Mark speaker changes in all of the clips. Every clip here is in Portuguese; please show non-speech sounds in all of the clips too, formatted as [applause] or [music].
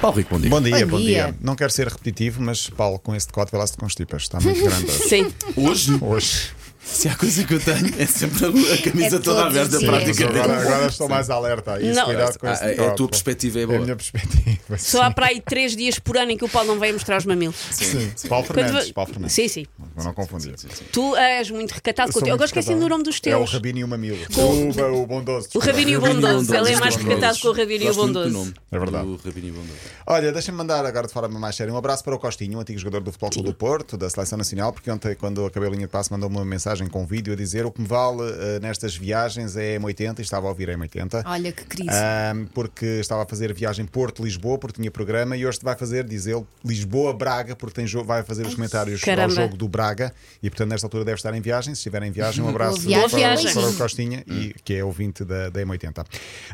Speaker 1: Paulo Rico, bom dia.
Speaker 2: Bom dia,
Speaker 3: Bom
Speaker 2: bom,
Speaker 3: dia.
Speaker 2: dia. Não quero ser repetitivo, mas Paulo, com esse decote, vê lá se te constipas. Está muito grande
Speaker 3: [laughs]
Speaker 2: hoje.
Speaker 3: Sim.
Speaker 1: Hoje,
Speaker 2: hoje.
Speaker 1: se há coisa que eu tenho, é sempre a a camisa
Speaker 3: É
Speaker 1: toda
Speaker 3: todos
Speaker 1: aberta
Speaker 3: os dias.
Speaker 2: Mas
Speaker 1: praticamente.
Speaker 2: agora, agora estou mais alerta. a Isso,
Speaker 3: Não.
Speaker 2: cuidado com esse
Speaker 1: Ah, é
Speaker 2: decote.
Speaker 1: a tua perspectiva é
Speaker 2: É a
Speaker 1: boa.
Speaker 2: minha perspectiva.
Speaker 3: Só há para aí três dias por ano em que o Paulo não vem mostrar os mamilos.
Speaker 2: Sim. Paulo
Speaker 3: Quando
Speaker 2: Fernandes.
Speaker 3: vai-
Speaker 2: Paulo Fernandes.
Speaker 3: Sim, sim.
Speaker 2: Vou não confundir.
Speaker 3: Tu és muito recatado com o
Speaker 2: Sou
Speaker 3: teu.
Speaker 2: muito
Speaker 3: Agora esqueci do
Speaker 2: recatado.
Speaker 3: assim nome dos
Speaker 2: É o
Speaker 3: teus.
Speaker 2: Rabino e o Mamilo.
Speaker 3: Com-
Speaker 2: O, ba- o bondoso.
Speaker 3: O Rabino e o
Speaker 1: Rabino
Speaker 3: Bondoso. Ele é mais
Speaker 1: Bondoso.
Speaker 3: recatado que o Rabino e o
Speaker 1: Gosto muito do
Speaker 3: Bondoso.
Speaker 1: nome.
Speaker 2: É verdade.
Speaker 1: Do Rabino e Bondoso.
Speaker 2: Olha, deixa-me mandar agora de forma mais séria um abraço para o Costinho, um antigo jogador do Futebol Clube do Porto, da Seleção Nacional, porque ontem, quando acabei a linha de passo, mandou-me uma mensagem com um vídeo a dizer o que me vale eh, nestas viagens é a M80, e estava a ouvir a M80.
Speaker 3: Olha que crise.
Speaker 2: Ahm, porque estava a fazer viagem Porto-Lisboa, porque tinha programa, e hoje vai fazer, diz ele, Lisboa-Braga, porque tem jogo, vai fazer os comentários
Speaker 3: caramba.
Speaker 2: ao jogo do Braga, e portanto nesta altura deve estar em viagem. Se estiver em viagem, um abraço Para,
Speaker 3: viagem. Boa viagem.
Speaker 2: para o Costinha, e, que é ouvinte da, da M80.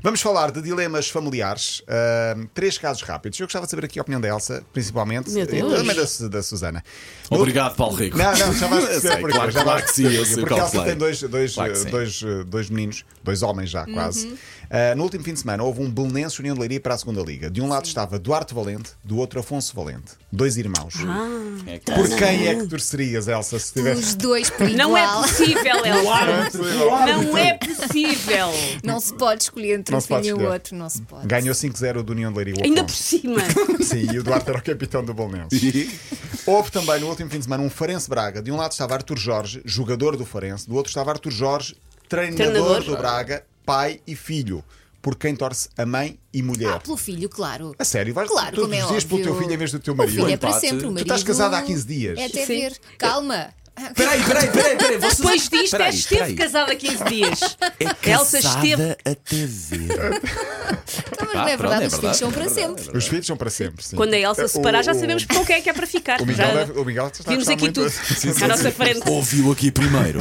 Speaker 2: Vamos falar de dilemas familiares. Ahm, três casos rápidos. Eu gostava de saber aqui a opinião da Elsa, principalmente,
Speaker 3: Meu
Speaker 2: e
Speaker 3: Deus.
Speaker 2: também da, Su- da Susana. No-
Speaker 1: Obrigado, Paulo Rico.
Speaker 2: não, não, já vais
Speaker 1: Eu
Speaker 2: perceber
Speaker 1: sei,
Speaker 2: porquê,
Speaker 1: claro,
Speaker 2: já vais
Speaker 1: claro que sim, eu
Speaker 2: perceber
Speaker 1: sei
Speaker 2: porquê. Porque
Speaker 1: qual
Speaker 2: ela só tem dois, dois,
Speaker 1: Claro que
Speaker 2: eh,
Speaker 1: sim.
Speaker 2: dois, eh, dois meninos, dois homens já quase.
Speaker 3: Uhum.
Speaker 2: Ah, no último fim de semana houve um Belenenses União de Leiria para a segunda liga. De um lado estava Duarte Valente, do outro Afonso Valente. Dois irmãos.
Speaker 3: Ah,
Speaker 1: É que-
Speaker 2: [laughs]
Speaker 3: tá.
Speaker 2: Por quem é que torcerias, Elsa, se tivesse.
Speaker 4: Os dois por igual.
Speaker 3: Não é
Speaker 2: [laughs]
Speaker 3: possível, Elsa.
Speaker 2: Não
Speaker 3: Não é possível.
Speaker 4: Não se pode escolher entre
Speaker 2: Não
Speaker 4: um
Speaker 2: se pode
Speaker 4: filho e o
Speaker 2: escolher.
Speaker 4: outro. Não se pode.
Speaker 2: Ganhou 5-0 do União de Leiria. o
Speaker 3: Ainda por
Speaker 2: Afonso. [laughs]
Speaker 3: cima.
Speaker 2: Sim, e o Duarte era o capitão do Belenenses. Houve também no último fim de semana um Farense Braga. De um lado estava Arthur Jorge, jogador do Farense, do outro estava Arthur Jorge, treinador,
Speaker 3: Treinador.
Speaker 2: do Braga, pai e filho, por quem torce a mãe e mulher.
Speaker 4: Ah, pelo filho, claro.
Speaker 2: A sério, vais
Speaker 4: Claro,
Speaker 2: todos
Speaker 4: como é
Speaker 2: os dias pelo
Speaker 4: óbvio.
Speaker 2: teu filho em vez do teu
Speaker 4: O
Speaker 2: marido.
Speaker 4: filho é
Speaker 1: Empate.
Speaker 4: para sempre. O
Speaker 1: Tu
Speaker 4: marido...
Speaker 2: estás casada há 15 dias.
Speaker 4: É até
Speaker 3: Sim.
Speaker 4: ver.
Speaker 1: [laughs]
Speaker 4: Calma. Ah,
Speaker 1: Peraí, peraí, peraí, peraí. vocês-
Speaker 3: Depois disto,
Speaker 1: peraí,
Speaker 3: esteve
Speaker 1: peraí.
Speaker 3: casada há 15 dias.
Speaker 1: É
Speaker 3: Elsa
Speaker 1: casada
Speaker 3: esteve.
Speaker 1: até ver.
Speaker 4: Então, mas
Speaker 1: Ah,
Speaker 4: não é
Speaker 1: pronto,
Speaker 4: verdade,
Speaker 1: é
Speaker 4: os filhos são para
Speaker 1: verdade, é verdade,
Speaker 4: sempre.
Speaker 1: é
Speaker 2: Os filhos são para sempre. sim.
Speaker 3: Quando a Elsa
Speaker 2: O-
Speaker 3: se parar, já
Speaker 2: o-
Speaker 3: sabemos para quem é que é para ficar.
Speaker 2: O Miguel,
Speaker 3: Já
Speaker 2: deve- o Miguel está a
Speaker 3: Vimos
Speaker 2: gostar
Speaker 3: aqui
Speaker 2: muito.
Speaker 3: tudo
Speaker 2: Sim, sim,
Speaker 3: à
Speaker 2: sim.
Speaker 3: nossa frente.
Speaker 1: Ouviu aqui
Speaker 2: [laughs]
Speaker 1: primeiro.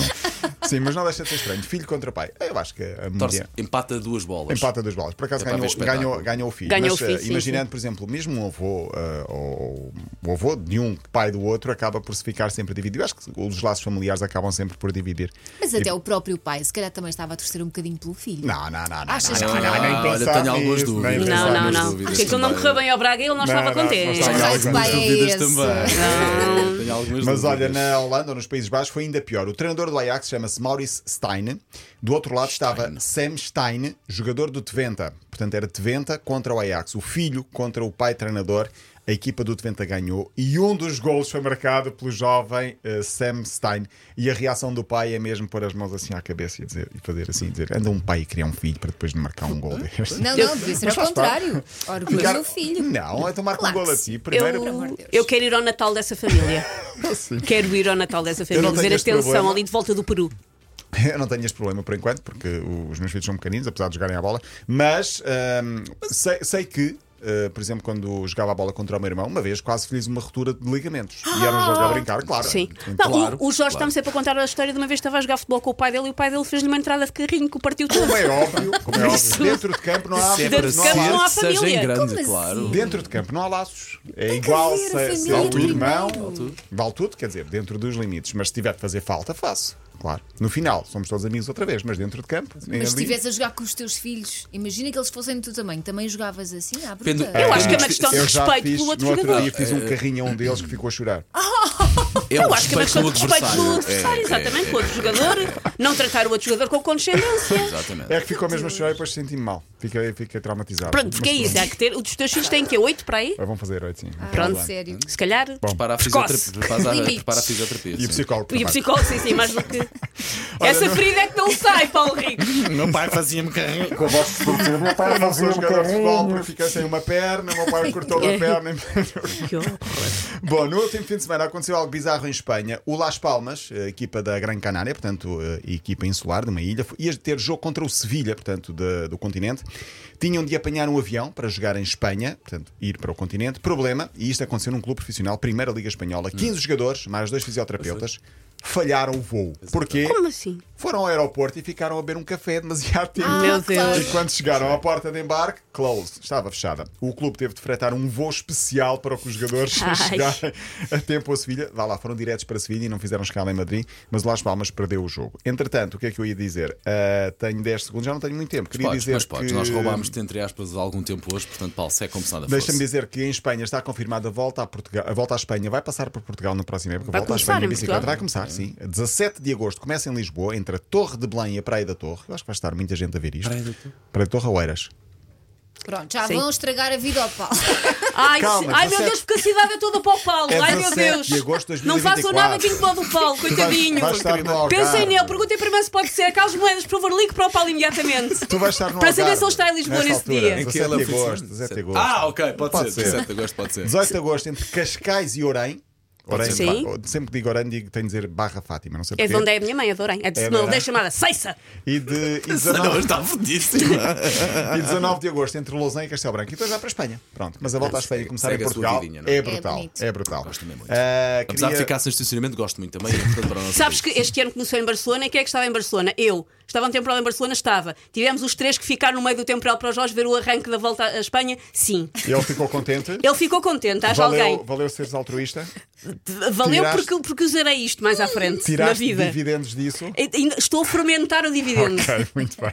Speaker 2: Sim, mas não deixa de ser estranho. Filho contra pai. Eu acho que a
Speaker 1: Torce,
Speaker 2: mulher.
Speaker 1: empata duas bolas.
Speaker 2: Empata duas bolas. Por
Speaker 1: É
Speaker 2: acaso
Speaker 1: para
Speaker 2: ganhou,
Speaker 1: ver espetáculo.
Speaker 2: ganhou, ganhou o filho.
Speaker 3: Ganhou
Speaker 2: Mas,
Speaker 3: o filho,
Speaker 2: eh,
Speaker 3: sim,
Speaker 2: imaginando,
Speaker 3: sim.
Speaker 2: por exemplo, mesmo um avô eh, ou o avô de um pai do outro acaba por se ficar sempre dividido. Eu acho que os laços familiares acabam sempre por dividir.
Speaker 4: Mas
Speaker 2: E-
Speaker 4: até o próprio pai, se calhar, também estava a torcer um bocadinho pelo filho.
Speaker 2: Não, não, não. não
Speaker 4: Achas
Speaker 2: não,
Speaker 4: que
Speaker 2: não,
Speaker 4: não?
Speaker 2: não, nem
Speaker 1: Olha,
Speaker 2: pensar
Speaker 1: tenho algumas
Speaker 2: nisso, nem
Speaker 1: dúvidas.
Speaker 2: pensar
Speaker 3: Não, não,
Speaker 2: nisso.
Speaker 3: não.
Speaker 1: dúvidas
Speaker 3: Se aquilo não
Speaker 1: também.
Speaker 3: correu bem ao Braga, ele não estava
Speaker 2: não,
Speaker 3: contente.
Speaker 2: não
Speaker 4: Que raio de pai é
Speaker 1: dúvidas
Speaker 4: esse?
Speaker 1: também. Tenho algumas
Speaker 2: Mas
Speaker 1: dúvidas.
Speaker 2: olha, na Holanda ou nos Países Baixos foi ainda pior. O treinador do Ajax chama-se Maurice Stein. Do outro lado estava Sam Stein, jogador do Twente. Portanto, era Twente contra o Ajax. O filho contra o pai treinador. A equipa do Twente ganhou e um dos golos foi marcado pelo jovem eh, Sam Stein. E a reação do pai é mesmo pôr as mãos assim à cabeça e, dizer, e fazer assim: dizer, anda um pai e criar um filho para depois marcar um gol deste.
Speaker 4: Não, não, devia ser ao
Speaker 2: faz parte.
Speaker 4: contrário. Orgulho
Speaker 2: Ficar-
Speaker 4: do filho.
Speaker 2: Não, então marca
Speaker 4: Claro
Speaker 2: um
Speaker 4: que
Speaker 2: gol a
Speaker 4: sim.
Speaker 2: ti. Primeiro,
Speaker 3: Eu,
Speaker 4: Deus.
Speaker 3: eu quero ir ao Natal dessa família. quero ir ao Natal dessa família.
Speaker 2: não tenho
Speaker 3: Dizer
Speaker 2: este
Speaker 3: atenção
Speaker 2: problema.
Speaker 3: ali de volta do Peru.
Speaker 2: [laughs] Eu não tenho este problema por enquanto, porque os meus filhos são pequeninos, apesar de jogarem à bola. Mas hum, sei, sei que, eh, por exemplo, quando jogava a bola contra o meu irmão, uma vez quase fiz uma ruptura de ligamentos. E era um jogo
Speaker 4: Ah!
Speaker 2: a brincar, claro.
Speaker 3: Sim.
Speaker 2: Então,
Speaker 3: Não,
Speaker 1: claro,
Speaker 3: o, o Jorge
Speaker 1: claro.
Speaker 3: está-me sempre a contar a história de uma vez que estava a jogar futebol com o pai dele e o pai dele fez-lhe uma entrada de carrinho que o partiu todo.
Speaker 2: Como é óbvio,
Speaker 4: [laughs]
Speaker 2: como é
Speaker 3: Isso.
Speaker 2: óbvio, dentro de campo não há
Speaker 1: Se é
Speaker 3: Dentro
Speaker 1: para
Speaker 3: de
Speaker 2: não há
Speaker 3: campo não
Speaker 2: laços.
Speaker 3: há
Speaker 1: ser, seja em
Speaker 3: família.
Speaker 1: grande,
Speaker 4: Como
Speaker 1: claro.
Speaker 4: assim?
Speaker 2: Dentro de campo não há laços. É
Speaker 4: que
Speaker 2: igual
Speaker 4: haver a
Speaker 2: se, se é
Speaker 4: família
Speaker 2: o teu
Speaker 4: primeiro.
Speaker 2: irmão. Vale tudo, quer dizer, dentro dos limites. Mas se tiver de fazer falta, faço. Claro. No final, somos todos amigos outra vez, mas dentro de campo.
Speaker 4: Mas se
Speaker 2: ali-
Speaker 4: estivesse a jogar com os teus filhos, imagina que eles fossem do teu tamanho, também jogavas assim à
Speaker 1: Depende-
Speaker 4: bruta?
Speaker 3: Eu acho que é uma
Speaker 1: Eu
Speaker 3: questão de
Speaker 2: Eu já
Speaker 3: respeito
Speaker 2: fiz,
Speaker 3: pelo Ah, outro
Speaker 2: no outro
Speaker 3: jogador.
Speaker 2: dia fiz um
Speaker 1: Eh,
Speaker 2: carrinho a um deles que ficou a chorar.
Speaker 1: É
Speaker 3: Eu
Speaker 1: o
Speaker 3: acho que é
Speaker 1: respeito
Speaker 3: uma questão
Speaker 1: pelo
Speaker 3: de respeito pelo
Speaker 1: É,
Speaker 3: adversário,
Speaker 1: é,
Speaker 3: exatamente,
Speaker 1: é,
Speaker 3: pelo outro jogador. Não tratar o outro jogador com condescendência.
Speaker 1: Exatamente.
Speaker 2: É que ficou mesmo a chorar e depois senti-me mal. Fiquei, fiquei traumatizado.
Speaker 3: Pronto, porque é isso. Ah. Há que ter. Os teus filhos têm que é 8 para aí?
Speaker 2: Mas Vão fazer oito, sim.
Speaker 3: Pronto.
Speaker 4: é Sério.
Speaker 3: Se calhar.
Speaker 1: Prepara a
Speaker 3: Precoce.
Speaker 1: fisioterapia. Prepara a-
Speaker 4: Limites.
Speaker 1: Prepara a fisioterapia.
Speaker 2: E o
Speaker 1: sim.
Speaker 2: psicólogo.
Speaker 3: E o
Speaker 2: também.
Speaker 3: psicólogo, sim, sim, mais do que. Essa
Speaker 2: não-
Speaker 3: ferida é que não sai, Paulo Rico.
Speaker 1: [laughs] Meu pai fazia-me carrinho.
Speaker 2: Com o vosso suporte. Meu pai não sou jogador de futebol porque fiquei sem uma perna, meu pai cortou
Speaker 3: [laughs] É.
Speaker 2: a perna.
Speaker 3: Que horror.
Speaker 2: Bom, no último fim de semana aconteceu algo bizarro em Espanha. O Las Palmas, a equipa da Gran Canária, portanto, a equipa insular de uma ilha, ia ter jogo contra o Sevilha, portanto, da- do continente. Tinham de apanhar um avião para jogar em Espanha, portanto, ir para o continente. Problema, e isto aconteceu num clube profissional, Primeira Liga Espanhola, 15 jogadores, mais dois fisioterapeutas, falharam o voo. Porquê?
Speaker 3: Como assim?
Speaker 2: Foram ao aeroporto e ficaram a beber um café demasiado tempo.
Speaker 3: Meu
Speaker 4: claro.
Speaker 2: E
Speaker 3: Deus.
Speaker 2: quando chegaram à porta de embarque, closed, estava fechada. O clube teve de fretar um voo especial para que os jogadores [laughs]
Speaker 3: Ai.
Speaker 2: chegarem a tempo a Sevilha. Vá lá, foram diretos para Sevilha e não fizeram escala em Madrid, mas o Las Palmas perdeu o jogo. Entretanto, o que é que eu ia dizer? Ah, tenho 10 segundos, já não tenho muito tempo. Queria
Speaker 1: Podes,
Speaker 2: dizer
Speaker 1: mas podes.
Speaker 2: que...
Speaker 1: Nós roubámos-te, entre aspas, algum tempo hoje, portanto, Paulo, segue como se nada fosse.
Speaker 2: Deixa-me dizer que em Espanha está confirmada a volta a Portugal, a volta à Espanha vai passar por Portugal na próxima época.
Speaker 3: Vai
Speaker 2: volta à
Speaker 3: começar
Speaker 2: Espanha
Speaker 3: em
Speaker 2: bicicleta
Speaker 3: Portugal?
Speaker 2: vai começar, sim. A 17 de agosto começa em Lisboa, entre a Torre de Belém e a Praia da Torre. Eu acho que vai estar muita gente a ver isto.
Speaker 1: Praia da Torre?
Speaker 2: Praia da Torre ou Eiras?
Speaker 4: Pronto, já
Speaker 3: Sim.
Speaker 4: vão estragar a vida ao Paulo.
Speaker 3: Ai,
Speaker 2: Calma,
Speaker 3: se- ai, meu
Speaker 2: 17.
Speaker 3: Deus, porque a cidade é toda para o Paulo.
Speaker 2: É
Speaker 3: ai, meu
Speaker 2: 17
Speaker 3: Deus.
Speaker 2: de agosto de
Speaker 3: não
Speaker 2: 2024.
Speaker 3: façam nada que incomode o Paulo, coitadinho.
Speaker 2: vais estar no
Speaker 3: Pensem
Speaker 2: Algarve.
Speaker 3: nele, perguntem primeiro se pode ser. Carlos Moedas, por favor, ligue para o Paulo imediatamente.
Speaker 2: Tu vais estar no
Speaker 3: Para saber
Speaker 2: Algarve,
Speaker 3: se ele está em Lisboa
Speaker 2: nesta
Speaker 3: nesse
Speaker 2: altura.
Speaker 3: dia.
Speaker 2: Em
Speaker 1: é
Speaker 2: que 17 de agosto, 17 de agosto.
Speaker 1: Ah, ok, pode,
Speaker 2: Pode
Speaker 1: ser.
Speaker 2: ser.
Speaker 1: 17 de agosto pode ser.
Speaker 2: 18 de agosto entre Cascais e Orem. Orem
Speaker 3: ser. Sim.
Speaker 2: pá, sempre que digo Orem, digo, tenho de dizer Barra Fátima, não sei
Speaker 3: É de
Speaker 2: porquê.
Speaker 3: onde é a minha mãe, adorei. É de
Speaker 2: É
Speaker 3: Setúbal,
Speaker 2: verdade.
Speaker 3: é chamada Seissa.
Speaker 2: E,
Speaker 1: [laughs]
Speaker 2: de, e,
Speaker 1: Não,
Speaker 2: 19,
Speaker 1: está fodíssimo.
Speaker 2: e 19 de agosto entre Lousã e Castelo Branco. E depois já para a Espanha. Pronto, mas a volta à Espanha e começar em
Speaker 1: Segue a sua
Speaker 2: Portugal
Speaker 1: vidinha, não é?
Speaker 2: é brutal.
Speaker 4: bonito.
Speaker 2: É brutal.
Speaker 1: Gosto mesmo muito.
Speaker 2: Ah,
Speaker 1: Apesar de
Speaker 2: queria-
Speaker 1: ficar sem estacionamento, gosto muito também. é importante para o nosso
Speaker 3: Sabes que
Speaker 1: país.
Speaker 3: este ano começou em Barcelona e quem é que estava em Barcelona? Eu. Estava um temporal em Barcelona? Estava. Tivemos os três que ficaram no meio do temporal para os Jorge ver o arranque da volta à Espanha? Sim.
Speaker 2: Ele ficou contente.
Speaker 3: [laughs] Ele ficou contente, haja
Speaker 2: Valeu,
Speaker 3: alguém.
Speaker 2: valeu seres altruísta.
Speaker 3: Valeu
Speaker 2: Tiraste-
Speaker 3: porque, porque usarei isto mais à frente na
Speaker 2: Tiraste
Speaker 3: vida.
Speaker 2: dividendos disso.
Speaker 3: Ainda Estou a fermentar o
Speaker 1: [laughs]
Speaker 3: dividendo.
Speaker 2: Ok, muito bem.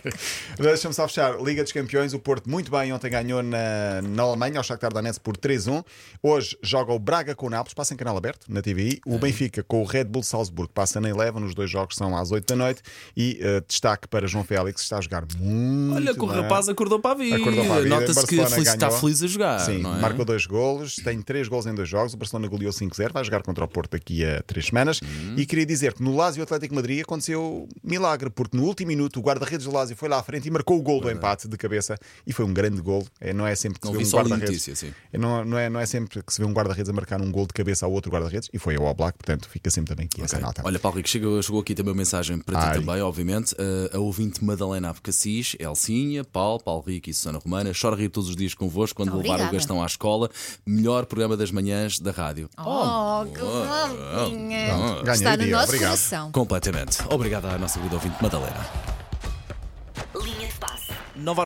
Speaker 2: Deixa-me só fechar. Liga dos Campeões, o Porto muito bem ontem ganhou na, na Alemanha, ao Shakhtar Donetsk por 3-1. Hoje joga o Braga com o Nápoles, passa em canal aberto na TVI. O Benfica com o Red Bull Salzburgo, passa na Eleven, os dois jogos são às 8 da noite. E eh, destaque para João Félix, que está a jogar muito
Speaker 1: Olha, que o
Speaker 2: bem.
Speaker 1: rapaz acordou para a vida.
Speaker 2: Acordou para a vida.
Speaker 1: Nota-se que
Speaker 2: Barcelona
Speaker 1: feliz- está
Speaker 2: ganhou.
Speaker 1: feliz a jogar.
Speaker 2: Sim,
Speaker 1: não é?
Speaker 2: marcou dois golos, tem três golos em dois jogos. O Barcelona goleou 5-0, vai jogar contra o Porto daqui a três semanas.
Speaker 1: Uhum.
Speaker 2: E queria dizer que no Lásio Atlético de Madrid aconteceu milagre, porque no último minuto o guarda-redes do Lásio foi lá à frente e marcou o gol do empate de cabeça. E foi um grande gol. É, não é sempre que
Speaker 1: é. Não vi
Speaker 2: se vê um
Speaker 1: só a
Speaker 2: guarda-redes.
Speaker 1: notícia, sim.
Speaker 2: É, Não, não, é, não é sempre que se vê um guarda-redes a marcar um gol de cabeça ao outro guarda-redes. E foi ao Oblak, portanto fica sempre também aqui essa nota.
Speaker 1: Olha, Paulo Rico, chegou, chegou aqui também uma mensagem para
Speaker 2: Ai.
Speaker 1: ti também, obviamente. Eh, A, a ouvinte Madalena Abcacis, Elcinha, Paulo, Paulo Rico e Susana Romana. Chora rir todos os dias convosco quando
Speaker 4: Obrigada.
Speaker 1: levar o Gastão à escola. Melhor programa das manhãs da rádio.
Speaker 4: Oh, que fofinha.
Speaker 2: Ganhei
Speaker 4: Está no
Speaker 2: dia,
Speaker 4: nosso
Speaker 2: obrigado.
Speaker 4: coração.
Speaker 1: Completamente. Obrigado à nossa querida ouvinte Madalena.
Speaker 5: Linha de passe.
Speaker 1: Nova